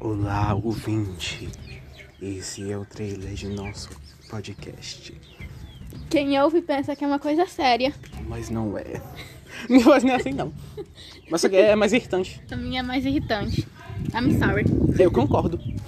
Olá, ouvinte. Esse é o trailer de nosso podcast. Quem ouve pensa que é uma coisa séria. Mas não é. Minha voz não é assim, não. Mas só que é mais irritante. A minha é mais irritante. I'm sorry. Eu concordo.